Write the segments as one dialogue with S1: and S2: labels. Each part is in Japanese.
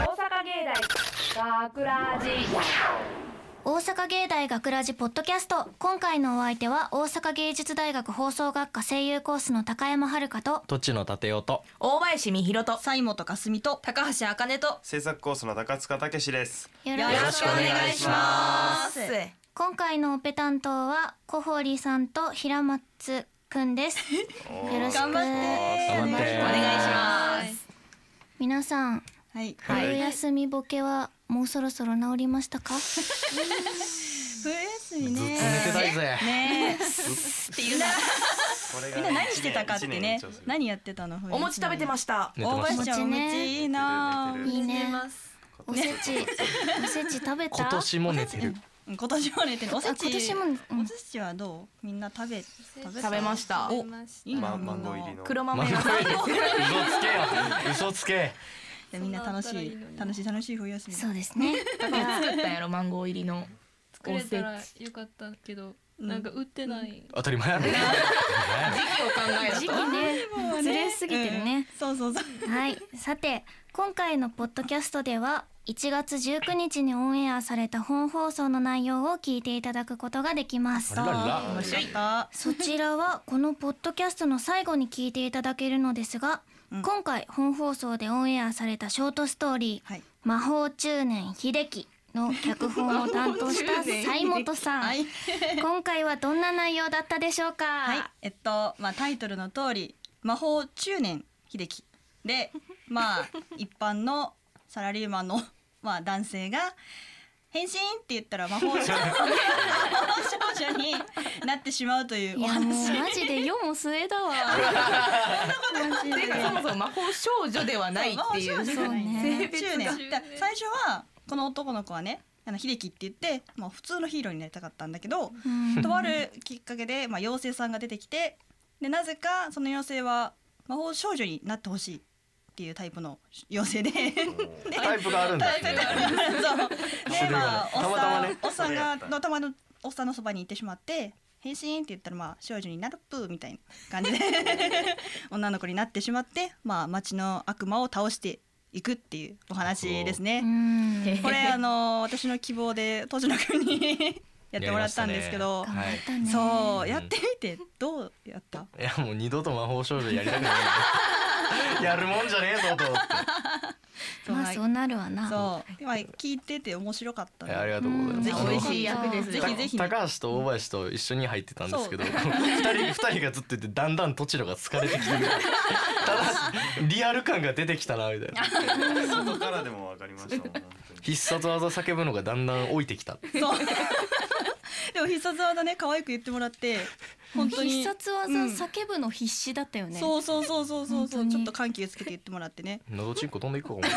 S1: 芸大学ラジ
S2: 大阪芸大学ラジポッドキャスト今回のお相手は大阪芸術大学放送学科声優コースの高山遥と
S3: 土地の立雄と
S4: 大林美弘と
S5: 西本かすみと
S4: 高橋あかねと
S6: 制作コースの高塚武史です。
S2: よ
S4: よろしくお願いします
S2: 今回のオペ担当は小堀さんと平松くんです よろしく
S5: 頑張って
S3: 頑張って
S4: お願いします
S2: 皆さん
S5: はい
S6: い
S2: 冬休みボケはもうそろそろ治りましたか
S5: 冬休み
S3: ずっと寝
S5: ね
S3: てたいぜ。
S5: ね
S4: っていうな
S6: これが
S5: みんな何してたかって
S6: 一年
S5: ね
S6: 一年一年
S5: 何やってたの
S4: お餅食べてま
S5: し
S4: した
S3: 寝て
S5: 大
S3: ま
S5: 林
S3: し
S5: ち
S3: た。
S5: ゃんお餅いいな
S6: 寝てる
S2: いいねお
S6: 寝
S2: せ
S6: てる
S2: ちおせち食べた
S3: 今年も寝てる。
S5: うん今年も寝てるおせ
S2: あ
S5: ち
S2: 今年も、うん
S5: お寿司はどうみんな食べ
S4: 食べました
S5: おいいな
S6: まマンゴー入り
S5: みんな
S6: の
S4: 黒
S3: マ
S4: 豆
S3: ジ
S4: が
S3: で 嘘つけよ。嘘つけ。
S5: いやみんな楽しい楽しい楽しい冬休み
S2: そうですね
S4: 作ったんやろマンゴー入りの
S7: 作れたらよかったけど、
S5: うん
S7: なんか売ってない、
S3: 当たり前やろ。
S2: 時期ねずれすぎてるね、
S5: そうそうそう
S2: はい、さて今回のポッドキャストでは1月19日にオンエアされた本放送の内容を聞いていただくことができます
S3: あらら
S5: 面白か
S2: そちらはこのポッドキャストの最後に聞いていただけるのですが、
S5: うん
S2: 今回本放送でオンエアされたショートストーリー
S5: はい
S2: 「魔法中年秀樹」の脚本を担当した西本さん、
S5: はい
S2: 今回はどんな内容だったでしょうか、
S5: はい、えっと、まあ、タイトルの通り、魔法中年秀樹。 で、まあ、一般のサラリーマンの、まあ、男性が。変身って言ったら魔法少女魔法少女になってしまうという
S2: い
S5: お
S2: やもう
S5: 話
S2: マジで世も末 だわ
S4: てかそもそも魔法少女ではないっていう
S5: そう
S2: そうね
S5: 中年
S7: 中
S5: で
S7: 年
S5: 最初はこの男の子はねあの秀樹って言って、まあ、普通のヒーローになりたかったんだけど、
S2: うん
S5: とあるきっかけで、まあ、妖精さんが出てきてでなぜかその妖精は魔法少女になってほしいっていうタイプの妖精で
S3: タイプがあるんですね。
S5: そうで
S3: 種類が
S5: ま
S3: ね
S5: あお
S3: た
S5: っ
S3: ま
S5: さん、おっさん
S3: たまね
S6: それや
S5: が
S6: った
S5: のたまのおっさんのそばに行ってしまって変身って言ったらまあ少女になるっぷーみたいな感じで女の子になってしまってまあ町の悪魔を倒していくっていうお話ですね。
S2: うん
S5: これあの私の希望でとじの君に やってもらったんですけど、
S2: 頑張ったね
S5: そう
S3: うん
S5: やってみてどうやった？
S3: いやもう二度と魔法少女やりたくない。やるもんじゃねえぞと思 って。
S5: そう
S2: まあそうなるわな
S5: そう今聞いてて面白かったね。
S3: ありがとうございます。
S2: ん
S4: ぜひ美味しい
S2: や
S4: 役ですよ
S5: ぜひぜひね
S3: 高橋と大林と一緒に入ってたんですけど、二人二人がずっと言ってだんだんとちろが疲れてきて、ただリアル感が出てきたなみたいな。
S6: 外からでもわかりましたもん。本当に
S3: 必殺技叫ぶのがだんだん老いてきた。
S5: そう でも必殺技ね可愛く言ってもら って本当に
S2: 必殺技
S5: うん
S2: 叫ぶの必死だったよね、
S5: そうそうそうそうそ
S2: 本
S5: うそう
S2: 当に
S5: ちょっと緩急つけて言ってもらっ てね
S3: 喉チンコ飛んでいくかも。
S5: や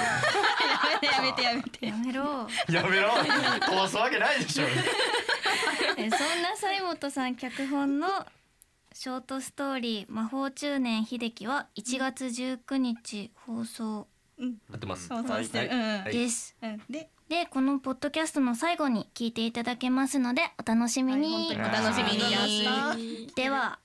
S5: めてやめてや
S2: やめろ
S3: やめろ飛ばすわけないでしょ。
S2: えそんな西本さん脚本のショートストーリー「魔法中年秀樹」は1月19日放送
S5: めてうん
S3: 合ってます。
S5: そうそうしてる
S3: は
S5: う
S3: い
S5: んうん
S3: はい
S2: です、
S5: うんで
S2: でこのポッドキャストの最後に聞いていただけますのでお楽しみに、
S3: はい本当にお楽しみに
S5: やっ
S2: では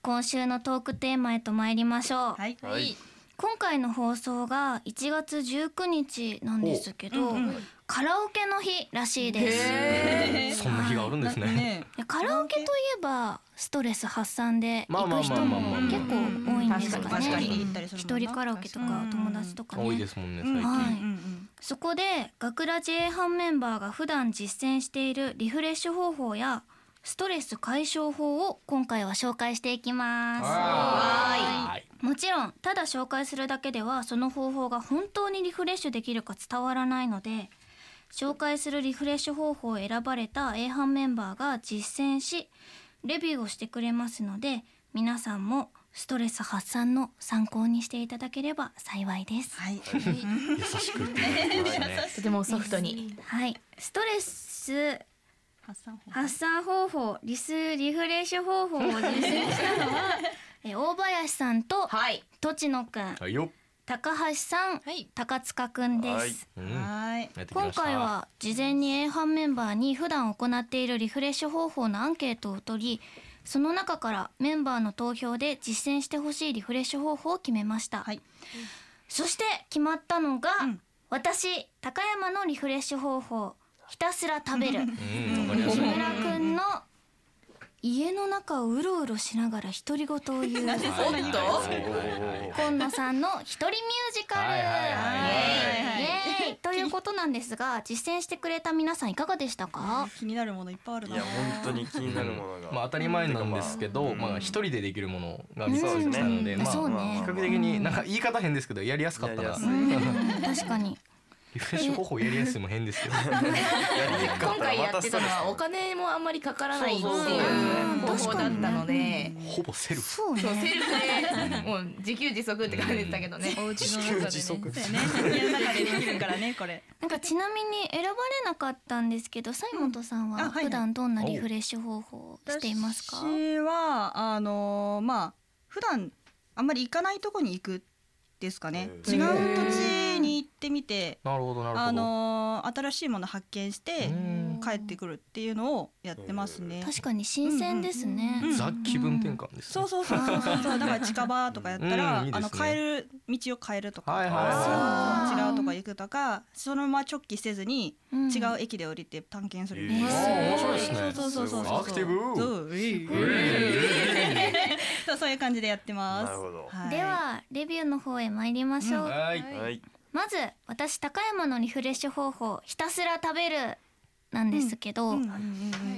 S2: 今週のトークテーマへと参りましょう、
S5: たはい
S3: はい。
S2: 今回の放送が1月19日なんですけど、
S5: おうんうん
S2: カラオケの日らしいです
S5: へー
S3: そんな日があるんですね。
S2: いやカラオケといえばストレス発散で
S3: まあ
S2: 行
S3: まあ
S2: く
S3: まあ
S2: 人
S3: まあ
S2: も
S3: まあ
S2: 結構多いんですか
S5: 確か
S2: ね
S5: に行ったりするも
S2: 一
S5: んな
S2: 人カラオケと
S5: うんうん
S2: か
S5: うん
S2: 友達とか
S3: 多
S2: ね
S3: いですもんね
S5: うんうん
S3: 最
S2: は
S3: 近。
S2: いそこで学ラジ A 班メンバーが普段実践しているリフレッシュ方法やストレス解消法を今回は紹介していきます
S3: はーい。
S2: もちろんただ紹介するだけではその方法が本当にリフレッシュできるか伝わらないので紹介するリフレッシュ方法を選ばれた A 班メンバーが実践しレビューをしてくれますので皆さんもストレス発散の参考にしていただければ幸いです。
S5: はい
S3: 優しく 言ってくれてますね。
S4: とてもソフトに
S2: はい、ストレス
S5: 発散法
S2: 発散方法リスリフレッシュ方法を実践した のはえ大林さんと
S4: はい
S2: 栃野くん
S3: はいよ。
S2: 高橋さん、
S7: はい
S2: 高塚くんです。
S6: はい
S3: うん。
S5: はい
S3: やってきま
S2: 今
S3: した
S2: 回。は事前に A 班メンバーに普段行っているリフレッシュ方法のアンケートを取りその中からメンバーの投票で実践してほしいリフレッシュ方法を決めました、
S5: はい
S2: そして決まったのが、
S5: うん
S2: 私高山のリフレッシュ方法ひたすら食べる
S3: うん、わかりやす
S2: 木
S3: い。
S2: 村くんの家の中をうろうろしながら独り言を言う
S4: そんな言うの
S2: 今野さんの「一人ミュージカル」イ
S3: はいはいはい
S2: エーイイエーイということなんですが実践してくれた皆さんいかがでしたか
S5: 気になるものいっぱいある
S6: い
S5: な
S6: や本当に気になるものが、
S3: まあ当たり前なんですけど、
S6: うん
S3: まあ一人でできるものが見つかってきたので、
S2: うん
S3: まあ
S2: そうね
S3: 比較的になんか言い方変ですけどやりやすかった
S6: やりや
S3: な
S6: す。
S2: うん確かに
S3: リ フレッシュ方法やりやすいも変ですけど。
S6: 今
S8: 今回やってたのはお金もあんまりかからないっていう
S4: そうそう
S8: 方
S4: そう
S8: 法だったので、
S3: ほぼセルフ。
S2: そう
S8: そうセ
S2: ね
S8: ルフでもう自給自足って感じでしたけどね。
S7: お家の中で、ね、
S5: そうやね家の中でできるからねこ れ
S2: なんかちなみに選ばれなかったんですけど西本さん
S5: うん
S2: は
S5: あはいはい
S2: 普段どんなリフレッシュ方法をしていますか
S5: 私はあのまあ普段あんまり行かないとこに行くですかね、
S6: うん
S5: 違う土地に行ってみて、
S3: なるほどなるほど。
S5: あの新しいもの発見して
S3: うん
S5: 帰ってくるっていうのをやってますね、
S2: 確かに新鮮ですね
S5: うん
S3: ザ気分転換です、ね
S5: そうそうそうそうそうそうだから近場とかやったら、
S3: うんいいで
S5: あ
S3: すね
S5: の変える道を変えるとか、
S3: はい
S2: は
S5: そ
S2: いはい
S5: う違うとこ行くとかそのまま直帰せずに
S2: うん
S5: 違う駅で降りて探検する、
S6: うんえー
S3: 面白いですね
S5: そうそうそうそう
S3: アクティブ
S5: そうえいそうそういう感じでやってます
S6: なるほど
S5: はい
S2: ではレビューの方へ参りましょう、
S3: はい
S6: はい
S2: まず私高山のリフレッシュ方法ひたすら食べるなんですけど、
S5: うんうんうん
S7: は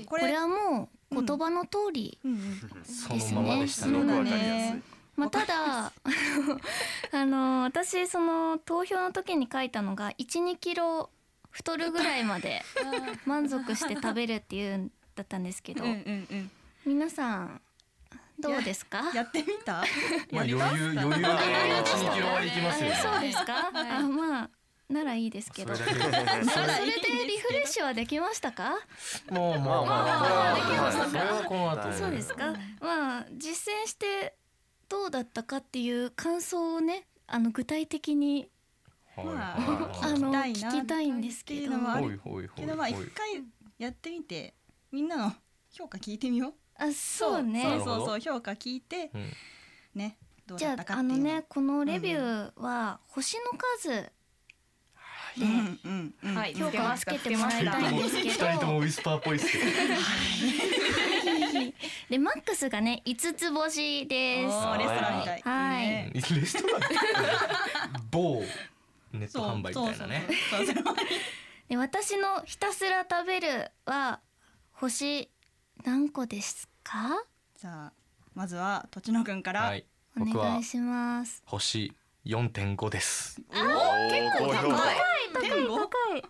S7: い
S5: こ
S2: こ
S5: れ
S2: れはもう言葉の通り、
S5: うんうん
S3: そのままでした
S6: すご
S5: そう
S6: く
S5: だ
S6: わ
S5: ね
S6: かりやすい
S2: まあ、ただ あの私その投票の時に書いたのが12キロ太るぐらいま で満足して食べるっていうんだったんですけど、
S5: うんうんうん
S2: 皆さんどうですか
S5: やってみ た
S3: まあ余裕余裕で1 2キロはいきますよ、ね
S2: あ、そうですか、
S7: はい
S2: あまあならいいですけ
S3: そ
S2: ど
S3: れ
S2: そ
S3: だ
S2: れ
S3: け
S2: でリフレッシュはできましたか
S3: もうまあまあ
S6: まあまあ
S3: それはこの後、
S6: はい
S2: そうですか。まあ実践してどうだったかっていう感想をね、あの具体的に
S3: はい
S5: ま
S2: あの聞
S5: 聞きたいな
S2: きたいんですけ
S5: ってい
S2: ど
S5: う、のもある
S3: ほいほいほ
S5: け
S3: い
S5: どま
S3: ほ
S5: あ
S3: い
S5: 一回やってみてみんなの評価聞いてみよう
S2: あそう
S5: そう
S2: ね。
S5: そうそう評価聞いて
S3: うん
S5: ねどう
S2: じゃ
S5: だった
S2: ああ
S5: かって
S2: の
S5: いうの
S2: ねこのレビューは星の数
S5: うんうんうん
S8: はい
S2: 評価をつけてもらいたいんですけ
S3: 二
S2: ど
S3: 人ともウィスパーっぽいっすけど
S2: でマックスがね5つ星で
S5: お
S2: す。
S5: ーレストランみたい
S2: はい
S5: ね
S3: レストラン某ネット販売みたいなね
S5: そうそうそうそう
S2: で私のひたすら食べるは星何個ですか？
S5: じゃあまずはとちのくんから、
S3: はい
S2: お
S3: 僕
S2: 願
S3: はい
S2: します。
S3: 星4.5です
S6: おお高評価
S2: 高い高い。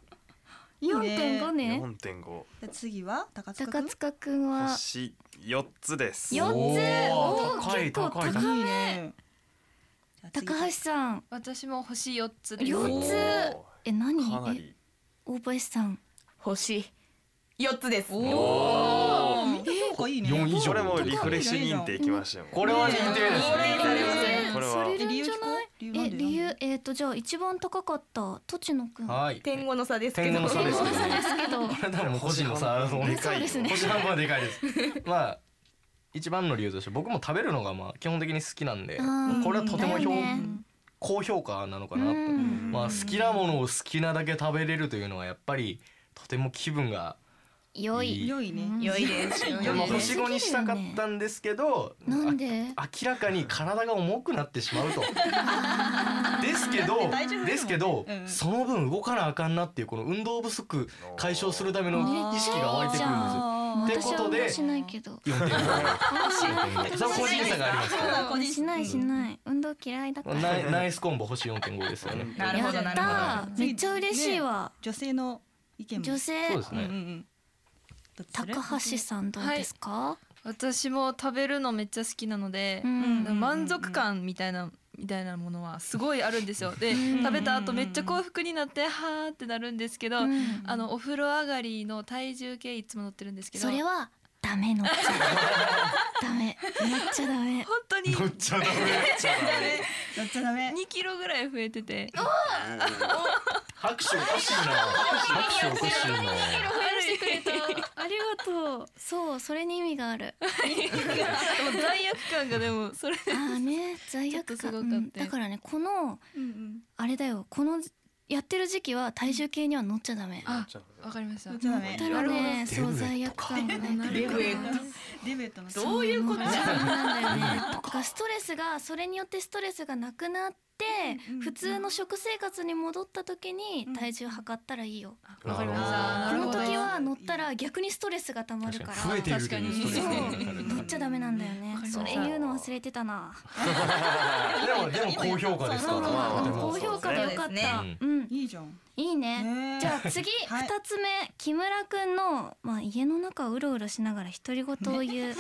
S5: いいね
S2: 4.5ね。
S6: 4.5
S5: じゃあ次は高塚く
S2: 高
S5: ん
S2: 塚くんは
S6: 星4つです
S2: 四つ
S3: おー
S2: おー
S3: 高い
S2: 結構
S3: 高い
S2: 高
S5: い
S2: め
S5: いねじゃあ次
S2: 高橋さん
S7: 私も星四つです。
S2: よ
S7: は
S2: 四つえ
S6: おーかな
S2: 何え
S6: り
S2: 大林さん
S8: 星四つです。
S5: おみんな評価いいね
S3: 四以上
S6: これもリフレッシュ認定きましたよ
S3: これは認定ですね
S5: されますね
S6: これは
S2: それる
S5: え理
S2: ん
S5: 由
S2: じ
S5: 聞
S2: ゃ
S5: こ
S2: ないう
S5: 理由なん
S2: え
S5: で
S2: 理由えっとじゃあ一番高かったとちのくん
S3: はい
S8: 天狗の差ですけ
S3: 天
S8: ど。
S3: 狗の差ですけどね
S2: ですけど
S3: これ多分個人の差あると思うんで
S2: そうですね
S3: 星半分はでかいですまあ一番の理由として僕も食べるのがまあ基本的に好きなんで
S2: あー
S3: これはとても評
S2: だよね
S3: 高評価なのか
S2: う
S3: なと、
S2: ん
S3: まあ、好きなものを好きなだけ食べれるというのはやっぱりとても気分が
S2: 良い
S3: い
S5: 良いね
S8: 良いです。
S3: いやま
S2: 良
S3: あ
S2: いね
S3: 星5にしたかったんですけど
S2: なんで
S3: あ明らかに体が重くなってしま うと ですけど
S5: 大丈夫
S3: ですけど、
S5: うん
S3: その分動かなあかんなっていうこの運動不足解消するための意識が湧いてくるんですよ。
S5: あ
S3: って
S5: ー
S2: 私
S3: こ
S2: はあ
S3: と
S2: ん
S3: で
S2: ましないけど
S3: 4.5それは個人差がありますから
S5: 個人差
S2: しないしない運動嫌いだから
S3: ナイナイスコンボ星4.5ですよね。
S8: なる
S2: や
S8: ほ
S2: っ
S8: どなるほど。
S2: たーめっちゃ嬉しいわ
S5: 女性の意見も
S2: 女性
S3: そうです
S5: うんうんう
S3: ね。
S5: んどっちする
S2: 高橋さんどうですか
S7: 私も食べるのめっちゃ好きなので
S2: う、ん
S7: 満足感みたいなみたいなものはすごいあるんですよ。で、
S2: ん
S7: 食べた後めっちゃ幸福になってはーってなるんですけど、
S2: うん
S7: あのお風呂上がりの体重計いつも乗ってるんですけど、
S2: それはダメのっちゃダ メ乗っちゃダメ
S7: 本当に
S3: 乗っちゃダメ。
S5: どっちゃダメ
S7: 2キロぐらい増えてて、
S3: 拍手おかしいな。拍手おかしいな。
S2: ありがとうそうそれに意味がある
S7: でも罪悪感がでもそれ
S2: ああね罪悪
S7: ちょっとす
S2: 感
S7: ごか
S2: う
S7: ったよ
S2: んだからねこのあれだよこのやってる時期は体重計には乗っちゃダメ。
S7: あわかりました
S5: じゃあね
S2: たらね、
S3: デブ
S2: そう
S3: レ
S2: 罪悪感がね。
S7: レブレ
S5: デベットの
S2: どういうことなんだよね。だからストレスがそれによってストレスがなくなって。
S5: うんうん
S2: 普通の食生活に戻った時に体重測ったらいいよ、
S7: わかりました
S2: こ
S7: なる
S2: の
S7: ほど
S2: 時は乗ったら逆にストレスがたまる
S3: 確
S2: から
S3: かに増えているけどストレス
S2: そ
S3: が
S2: う
S3: かかる
S2: 乗っちゃダメなんだよね
S7: わかりました
S2: それ言うの忘れてたな
S3: でもでも高評価ですか
S5: そ
S3: ら
S5: うそう
S6: まあ
S5: そう
S6: でも
S2: 高評価でよか
S8: そう
S2: っ
S8: です
S2: た、
S3: ね
S2: うん
S5: いいじゃん。
S2: いいね
S5: ねえ
S2: じゃあ次
S5: はい
S2: 二つ目、木村くんの、まあ、家の中をうろうろしながら独り言を言 う、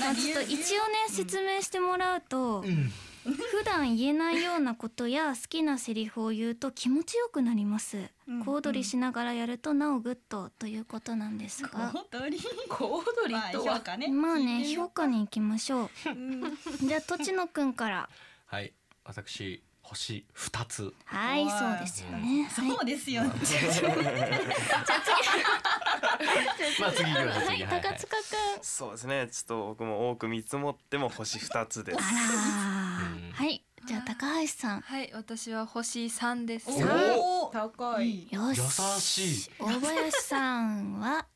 S2: まあ、ちょっと一応ね説明してもらうと、普段言えないようなことや好きなセリフを言うと気持ちよくなります、
S5: うん
S2: 小躍りしながらやるとなおグッドということなんですが
S5: 小鳥。
S8: 小踊り
S5: まあ
S8: と
S5: 評
S8: は
S5: 価ね。
S2: まあね
S5: 聞いてみよ
S2: 評価に行きましょうじゃあとちのくんから
S3: はい私星二つ
S2: はい
S5: おい
S2: そうですよね、
S5: うそうですよね。
S3: まあ次行きましょう
S2: はい
S3: 次
S2: 高塚くん
S6: そうですねちょっと僕も多く見積もっても星二つです
S2: あら
S3: うん
S2: ーはいじゃあ高橋さん
S7: はい私は星三です
S5: おー
S4: 高い。
S2: よし
S3: 優しい
S2: 大林さんは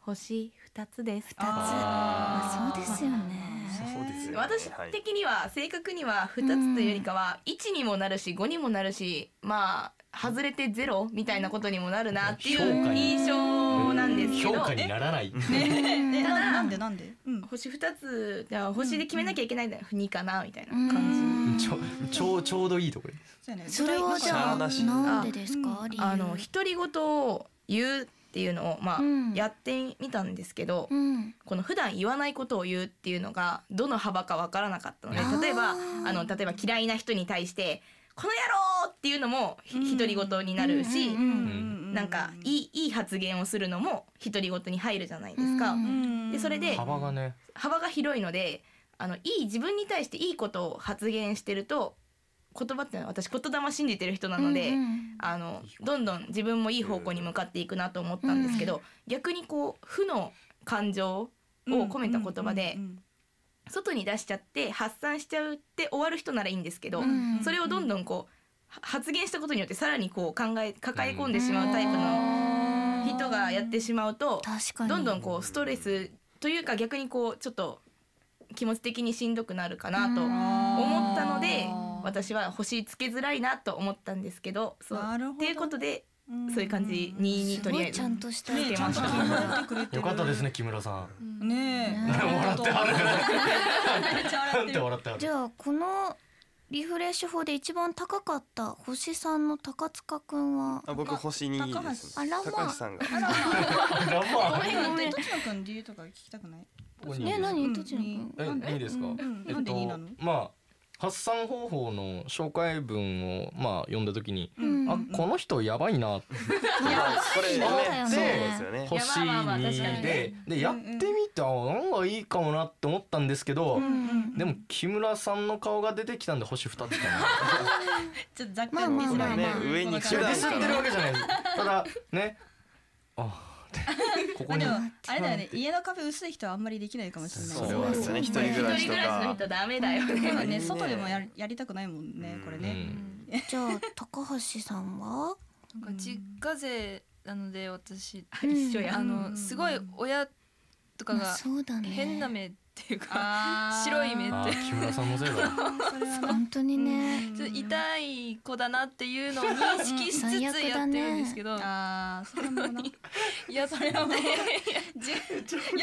S1: 星二つです
S2: 二つまあそうですよ
S6: そ
S2: ね
S6: うですよね
S8: 私
S6: はい
S8: 的には正確には2つというよりかは1にもなるし5にもなるしまあ外れて0みたいなことにもなるなってい
S3: 評価
S8: う
S3: に
S8: 印象なんですけ
S3: 評
S8: ど
S3: 価にならない
S5: えななんでなんで。うん。
S8: 星2つじゃあ星で決めなきゃいけないんだ2かなみたいな
S2: う
S8: 感じ。
S2: ん
S3: ちょちょうちょうどいいところです
S5: そうやね
S2: それはじゃあ
S6: なんか
S2: なんでですか
S5: あ
S2: 理由
S8: あの独り言を言うっていうのを、まあ
S2: うん
S8: やってみたんですけど、
S2: うん
S8: この普段言わないことを言うっていうのがどの幅かわからなかったの
S2: あー
S8: で例えばあの例えば嫌いな人に対して「この野郎!」っていうのもひ独り言になるし、
S2: うん
S5: う
S2: うん
S5: ん
S8: なんかいいいい発言をするのも独り言に入るじゃないで
S2: う
S8: す
S2: ん
S8: か。
S2: うん
S8: でそれで
S3: 幅がね
S8: 幅が広いのであのいい自分に対していいことを発言してると言葉ってのは私言霊信じてる人なので。
S2: うん
S8: あのどんどん自分もいい方向に向かっていくなと思ったんですけど、逆にこう負の感情を込めた言葉で
S5: うんうん
S8: 外に出しちゃって発散しちゃうって終わる人ならいいんですけど、
S2: うん
S8: それをどんどんこうは発言したことによってさらにこう考え抱え込んでしまうタイプの人がやってしまうと、
S2: 確かに
S8: どんどんこうストレスというか逆にこうちょっと気持ち的にしんどくなるかなと思ったので私は星つけづらいなと思ったんですけどそう
S5: なるほど
S8: っていうことで
S5: んん
S8: そういう感じにに
S2: す
S8: と
S2: ご
S8: りあえ
S2: いち
S8: ず
S2: ゃんとした
S5: ねちゃんと考えてくれてる
S3: よかったですね木村さん
S5: ねえ。
S3: 笑ってはる
S5: めっちゃ
S3: な
S5: 笑っ
S3: ん
S5: て
S3: て
S5: る。
S3: 笑っては
S2: じ
S3: る
S2: ゃあこのリフレッシュ法で一番高かった星さんの高塚くんは
S6: あ僕星二です
S2: あ
S6: ね
S2: らまあ
S6: 高橋さんが
S3: ラマ
S5: え待って、とちのくん理由とか聞きたくない。
S2: ね
S5: うん
S2: 何どっちの君
S3: え
S5: なんで
S3: いいですか
S5: うんうん
S3: え
S5: な
S3: っ
S5: んでいいな
S3: と
S5: の。
S3: まあ発散方法の紹介文をまあ読んだ時に
S2: うん
S3: あこの人やばいな
S6: こ
S2: そう
S6: れ
S2: だよ
S6: ねそう
S2: ね
S6: ですよね
S3: 星
S8: いやまあまあまあ確か
S3: 2
S8: に
S3: ででやってみてあなんかいいかもなって思ったんですけど
S2: うん
S3: でも木村さんの顔が出てきたんで星2つかな。
S5: ちょっとざっくり
S2: まあまあ
S6: これ
S2: まあ
S6: ね
S2: まあ
S6: 上に
S3: い
S6: 普
S3: やデ
S6: 段
S3: ィスっ
S6: か
S3: てる
S6: ら
S3: わけじゃないです。ただね、あーってここ
S5: まあ
S3: に
S5: でもあれだよね家の壁薄い人はあんまりできないかもしれない。
S6: それはですね一人暮らしとか
S8: 人ダメだよね
S5: でもね外でもやりやりたくないもんねこれ
S3: う
S5: ね。
S3: ん
S2: じゃあ高橋さんは
S7: なんか実家勢なので私
S8: 一緒や
S7: あのすごい親とか
S2: まあ
S7: が
S2: そうだね
S7: 変な目っていうか
S5: あー
S7: 白い目っ
S3: あ
S7: て
S3: ー木村さんのせいだ。
S5: それはな
S2: 本当にね
S7: ちょっと痛い子だなっていうのを認識しつつ
S2: 最
S7: やっ
S2: 悪
S7: て
S2: だ
S7: るん
S2: ね
S7: ですけど、
S5: あーそれもな
S7: やそれはもう
S5: じ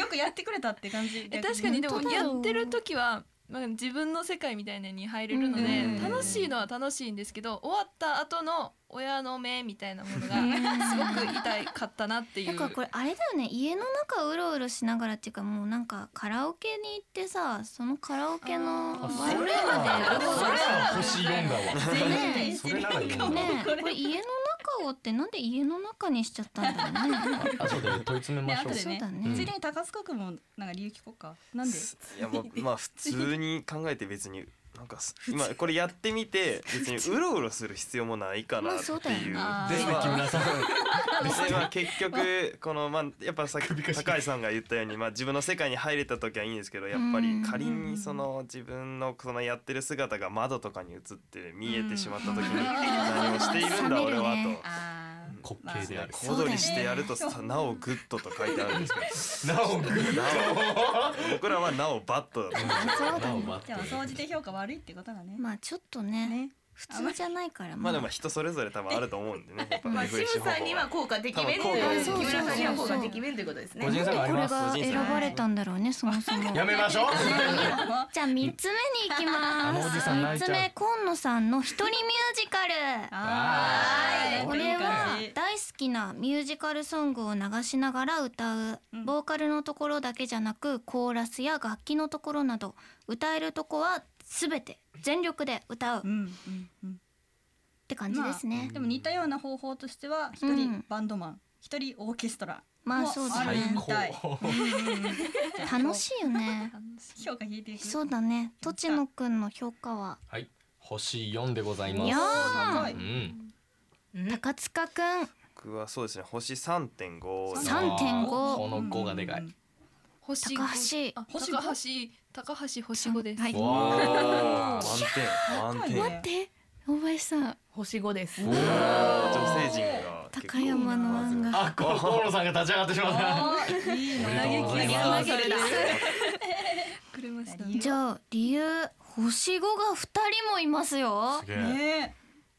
S5: よくやってくれたって感じ。
S7: え確かにでも
S2: 本当だ
S7: や
S2: よ
S7: ってる時は、まあ、自分の世界みたいなのに入れるので、
S2: うん
S7: 楽しいのは楽しいんですけど終わった後の親の目みたいなものがすごく痛いかったなってい
S2: な
S7: うん
S2: かこれあれだよね家の中うろうろしながらっていうかもうなんかカラオケに行ってさそのカラオケの
S3: あ
S2: ワイルドで
S3: それは星4だわ。
S2: ね
S3: それならいいんだ。
S2: ねえこれ家の中をってなんで家の中にしちゃったんだろうね
S3: あそうだよ問い詰め
S5: ね
S3: ましょ
S5: 後
S3: う
S5: で。
S2: そう
S5: ね
S2: だね
S5: ついでに高須君もなんか理由聞こうか。なんで。
S6: いやまあまあ普通に考えて別になんかす今これやってみ て別にうろうろする必要もないかなっていう。
S2: まあそうだよな
S3: ですね
S6: まあ
S3: 木村さん
S6: でまあ結局このまあやっぱさっき高橋さんが言ったようにまあ自分の世界に入れた時はいいんですけどやっぱり仮にその自分のそのやってる姿が窓とかに映って見えてしまった時に何をしているんだ
S2: 冷め
S6: 俺
S2: るね
S6: は
S5: あー
S3: 滑稽である
S6: と小躍りしてやるとさなおグッドと書いてあるんですけど
S3: なおグッ
S6: 僕らはなおバットだと思うんですよ
S3: ドなおバッ
S5: でも総じて評価悪いってことだね。
S2: まあちょっとね
S5: ね
S2: 普通じゃないから
S6: まあでも人それぞれ多分あると思うんでね。やっぱ
S8: まあ、
S6: リ
S8: シ
S6: フレッシュ
S8: ム
S6: 方法は
S8: さんには効果的面と
S6: 多分
S8: いう
S6: 効
S8: 木
S6: 果
S8: 村さんには効果的面ということですね
S3: 個。人差があり
S2: これ
S3: ます
S2: が選ばれたんだろう ねそもそも
S3: やめましょう
S2: じゃあ三つ目に行き
S3: あの
S2: ま
S3: おじ
S2: す
S3: さん
S2: 三
S3: 泣いちゃ
S2: つ
S3: う
S2: 目今野さんの一人ミュージカル
S5: あー
S2: これはい
S5: い感
S2: 大好きなミュージカルソングを流しながら歌う、
S5: うん
S2: ボーカルのところだけじゃなくコーラスや楽器のところなど歌えるとこは全て全力で歌うっ
S5: じうんうんうん。
S2: て感じですね、
S5: でも似たような方法としては一
S2: うん
S5: 人バンドマン、一人オーケストラ。
S2: まあそうだ
S5: も
S3: 最
S5: うある
S2: ね
S5: みたい
S3: 高
S2: 楽しいよね
S5: 評価引いていく。
S2: そうだねとちのくんの評価は
S3: はい星四でございま
S2: い
S3: す
S2: や
S5: 高
S2: ー
S5: い
S3: うん
S2: 高塚くん
S6: 僕はそうですね星3.5です
S2: 三点
S3: こ
S2: 五
S3: の五がでかい
S7: 星
S2: 高
S7: 5
S2: 橋
S7: あ高橋高橋星五です、
S2: はい
S3: わ
S6: わ
S3: ー
S6: ー満点満
S5: 高い
S6: 点
S5: ね
S2: で大林さん
S4: 星五です。
S3: おー
S6: 女性陣が結構
S2: 高山の案が
S3: あ、こ河野さんが立ち上がってしまった
S5: おいい
S3: おめでとうございます
S5: 投げ切り
S7: くれました
S5: 理由
S2: じゃあ理由星5が二人もいますよ
S3: すげえ
S5: ね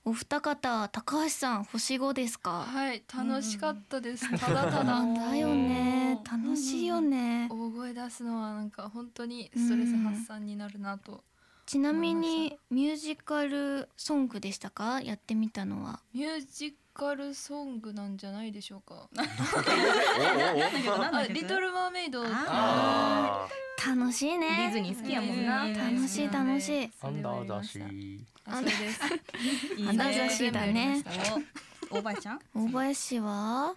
S2: お二方高橋さん星5ですか
S7: はい楽しかったです、ただただ
S2: だよね楽しいよね
S7: 大声出すのはなんか本当にストレス発散になるなと、
S2: ちなみにミュージカルソングでしたかやってみたのは
S7: ミュージカルソングなんじゃないでしょうか
S5: えなん
S7: あ
S5: だけど
S7: リトルマーメイド
S6: あ
S2: 楽しいね
S8: ディズニー好きやもんな。
S2: 楽しい楽しい
S7: それはやりましたあそれです
S5: いいね
S2: アナザーシーだね
S5: おおばあちゃん
S2: 大林は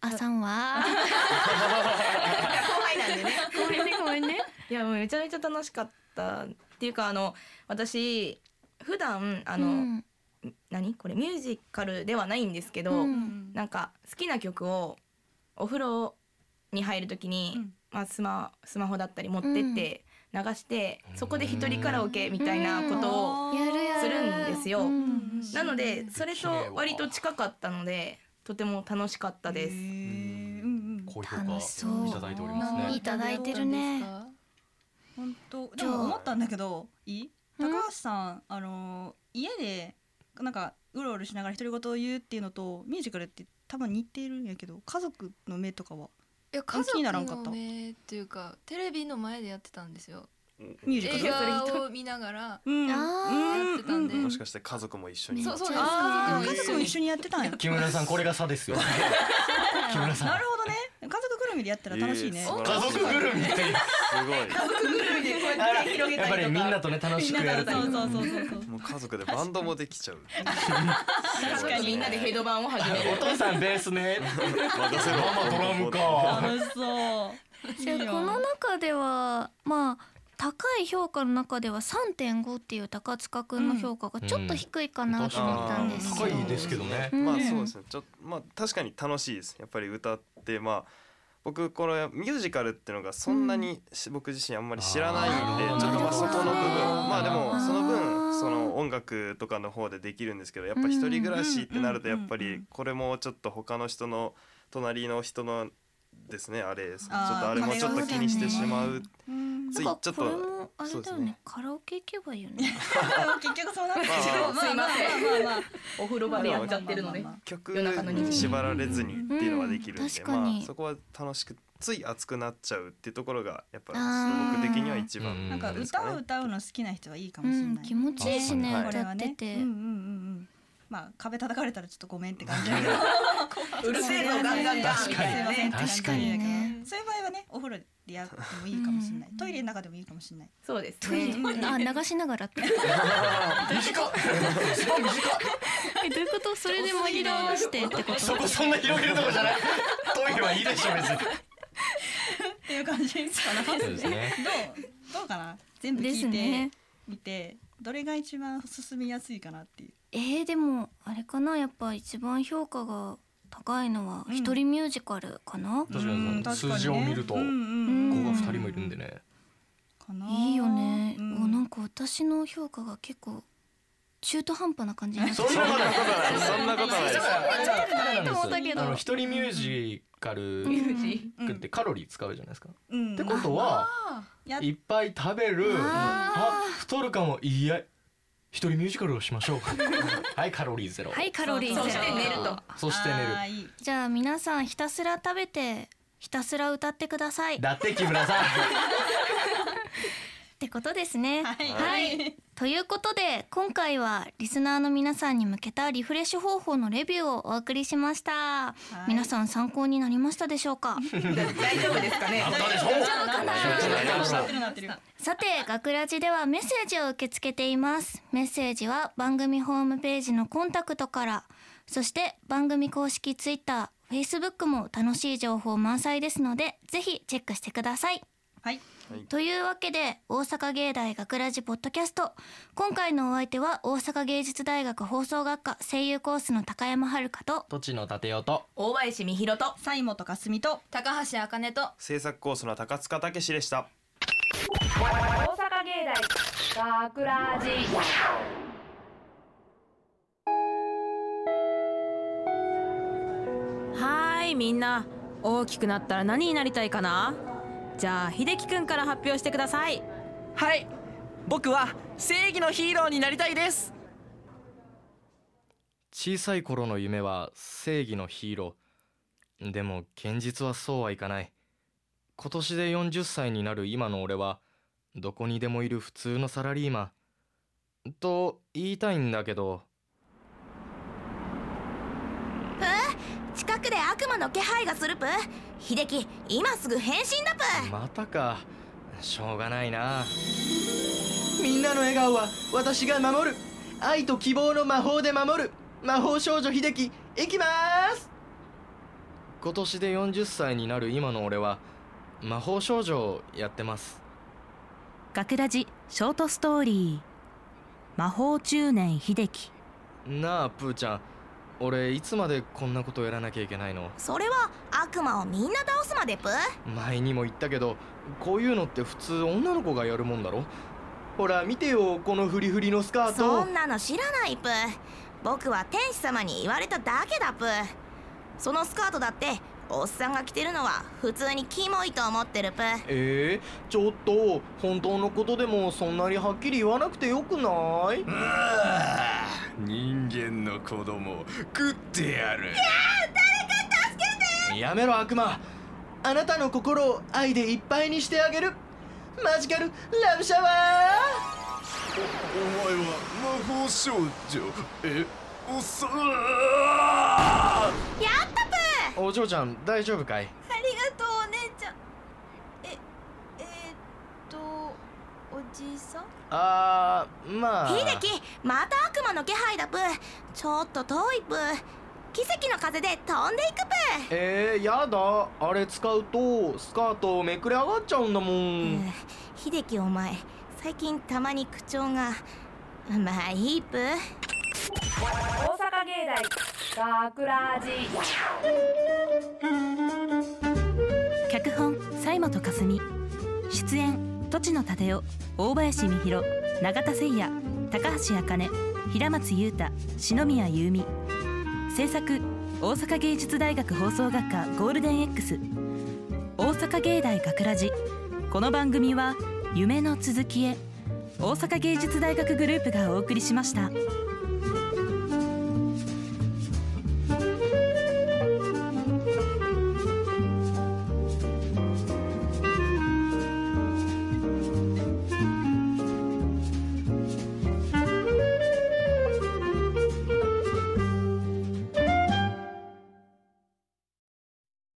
S2: あさん は
S8: 後輩なんで ね。
S2: ごめんねごめんね
S8: いやもうめちゃめちゃ楽しかったっていうかあの私普段あの、
S2: うん
S8: 何これミュージカルではないんですけど、
S2: うん
S8: なんか好きな曲をお風呂に入るときに、
S5: うん
S8: まあ、スマスマホだったり持ってって流して、そこで一人カラオケみたいなことを
S2: やるやる
S8: するんですよ。
S2: うん
S8: なのでそれと割と近かったのでとても楽しかったです。
S5: うんうん
S3: 高評
S2: 楽しそう
S3: 価いただいております
S2: い
S3: ね
S2: ただいてるね
S5: 本当でも思ったんだけどいい
S2: うん
S5: 高橋さんあの家でなんかうろうろしながら独り言を言うっていうのとミュージカルって多分似てるんやけど家族の目とかはい
S7: や家
S5: 気
S7: 族
S5: にならんかっ
S7: の
S5: た
S7: 目っていうかテレビの前でやってたんですよ
S5: ミュージカ
S7: 映
S5: ル
S7: 画を見ながら
S5: うん
S2: あ
S7: やってたんで、
S6: ーもしかして家族も一緒に
S7: そうそうです
S5: あ
S7: 家族
S5: ー家族も一緒にやってたんや
S3: 木村さんこれが差ですよ木村さん
S5: なるほどね家族ぐるみでやったら楽しいね、
S6: えー素晴ら
S3: 家
S6: しい
S3: 族ぐるみっていう
S6: すごい
S3: やっぱりみんなとね楽しくやるとい
S5: そう
S3: う
S5: そうそうそうそう
S6: もう家族でバンドもできちゃう
S8: 確かにみんなでヘドバンを始める
S3: お父さんベー スね
S6: 任せろ
S3: ママドラムか
S5: 楽しそう
S2: じゃあ
S5: いいよ
S2: この中ではまあ高い評価の中では3.5っていう高塚くんの評価がちょっと低いかなと思ったんですけ
S3: 高
S2: ど、
S3: いですけどね
S2: うん
S6: まあそうですねちょっとまあ確かに楽しいですやっぱり歌ってまあ僕これミュージカルっていうのがそんなにし僕自身あんまり知らないんで
S3: あー
S6: ちょっとまあそこの部分
S2: なるほどね
S6: まあでもその
S2: あ
S6: 分
S2: ー
S6: その音楽とかの方でできるんですけどやっぱ一人暮らしってなると
S5: うん
S6: や
S5: うん
S6: っぱりこれもちょっと他の人の隣の人のですねあれちょっと
S5: あー
S6: あれもちょっと気にしてしまう
S5: うん
S6: ついち
S2: な
S6: ょ
S2: ん
S6: っと
S2: かこれもあれだよ
S6: そうです
S2: ね
S6: ね
S2: カラオケ行けばいいよね
S5: 結局そうなってしまう
S8: まあまあ
S5: まあまあまあまあ
S8: お風呂場でやっちゃってるので
S5: まあまあまあまあ
S6: 曲
S8: 夜中の2
S6: に縛られずにっていうのはできるん
S2: うん
S6: で、
S2: 確かに
S6: まあ、そこは楽しくつい熱くなっちゃうっていうところがやっぱ
S2: あー
S6: 僕的には一番
S3: うん
S5: なんか
S6: ですか
S5: 歌を
S6: ね
S5: 歌うの好きな人はいいか
S2: う
S5: もしれ
S2: ん
S5: ない、
S2: 気持ちいいしね
S3: うん
S5: これ
S2: 歌
S5: は
S2: っ
S5: ね
S2: てて、
S5: うんうんうんうんまあ壁叩かれたらちょっとごめんって感じだけ ど
S8: うるせえぞガンガンガン
S5: すい
S8: み
S5: ま
S8: たいな
S5: せん
S8: ね
S5: って感じ
S2: 確かにね
S5: そういう場合はねお風呂でやってもいいかもしれない、トイレの中でもいいかもしれない
S8: そうです
S2: トイレ
S8: ね
S2: あ流しながらってえどういうことそれで紛らわしてってこと
S3: そこそんな広げるとこじゃないトイレはいいでしょ別に
S5: っていう感じかなどう
S3: そうですね
S5: どうかな全部
S2: で
S5: 聞
S2: す
S5: いて、
S2: ね
S5: 見てどれが一番進みやすいかなっていう。
S2: えー、でもあれかなやっぱ一番評価が高いのは一人ミュージカルかな、
S3: 確かに
S5: うん確かにね
S3: 数字を見ると
S5: うんうん
S3: 子
S5: う
S3: が
S5: ん
S3: 二人もいるんでね
S5: かない
S2: いよね、お
S5: う
S2: なん
S5: ん
S2: か私の評価が結構中途半端な感じになっちゃ
S6: そんなことないそんなことないです
S2: いと思ったけど
S3: あの一人ミュージカル
S8: ミュージ
S3: ってカロリー使うじゃないですか、
S5: うん
S3: ってことは
S5: や
S3: いっぱい食べるあ
S2: あ
S3: 太るかもいや一人ミュージカルをし ましょうはいカロリーゼロ、
S2: はいカロリーゼロ
S8: そして寝ると
S3: そして寝る
S5: あーいい
S2: じゃあ皆さんひたすら食べてひたすら歌ってくださいっ
S3: だって木村さん
S2: てことですね
S5: はい
S2: はいということで今回はリスナーの皆さんに向けたリフレッシュ方法のレビューをお送りしました、
S5: い
S2: 皆さん参考になりましたでしょうか
S8: 大丈夫ですかね。
S5: なってるなってる。
S2: さて「学ラジ」ではメッセージを受け付けていますメッセージは番組ホームページのコンタクトからそして番組公式ツイッター Facebook も楽しい情報満載ですのでぜひチェックしてください
S5: はい。
S2: というわけで大阪芸大学ラジポッドキャスト今回のお相手は大阪芸術大学放送学科声優コースの高山遥と
S3: 土地の立よと
S8: 大林美弘と
S5: 西本かすみと
S7: 高橋あかねと
S6: 制作コースの高塚武史でした
S9: 大阪芸大学ラジ
S10: はーいみんな大きくなったら何になりたいかなじゃあ秀樹くんから発表してください
S11: はい僕は正義のヒーローになりたいです
S3: 小さい頃の夢は正義のヒーローでも現実はそうはいかない今年で40歳になる今の俺はどこにでもいる普通のサラリーマンと言いたいんだけど
S10: 近くで悪魔の気配がするぷ秀樹今すぐ変身だぷ
S3: またかしょうがないな
S11: みんなの笑顔は私が守る愛と希望の魔法で守る魔法少女秀樹いきます
S3: 今年で40歳になる今の俺は魔法少女をやってます
S10: 学ラジショートストーリー魔法中年秀樹
S3: なあプーちゃん俺いつまでこんなことやらなきゃいけないの
S10: それは悪魔をみんな倒すまでぷ
S3: 前にも言ったけどこういうのって普通女の子がやるもんだろ
S11: ほら見てよこのフリフリのスカー
S10: そ
S11: ト
S10: んなの知らないぷ僕は天使様に言われただけだぷそのスカートだっておっさんが着てるのは普通にキモいと思ってるぷ
S11: えー、ちょっと本当のことでもそんなにはっきり言わなくてよくない
S12: 人間の子供食ってやる
S3: やめろ悪魔
S11: あなたの心を愛でいっぱいにしてあげるマジカルラブシャワー
S12: お前は魔法少女えおっさん
S3: お嬢ちゃん大丈夫かい
S7: ありがとうお姉ちゃんええーっとおじいさん
S3: あーまあ
S10: 秀樹また悪魔の気配だぷちょっと遠いぷ奇跡の風で飛んでいくぷ
S11: えー、やだあれ使うとスカートめくれ上がっちゃうんだもん、
S10: うん秀樹お前最近たまに口調がまあいいぷ
S9: 大阪芸大学ラジ
S10: 脚本西本かすみ出演土地の立雄大林美弘永田誠也高橋茜平松優太篠宮優美制作大阪芸術大学放送学科ゴールデン X 大阪芸大学ラジこの番組は夢の続きへ大阪芸術大学グループがお送りしました。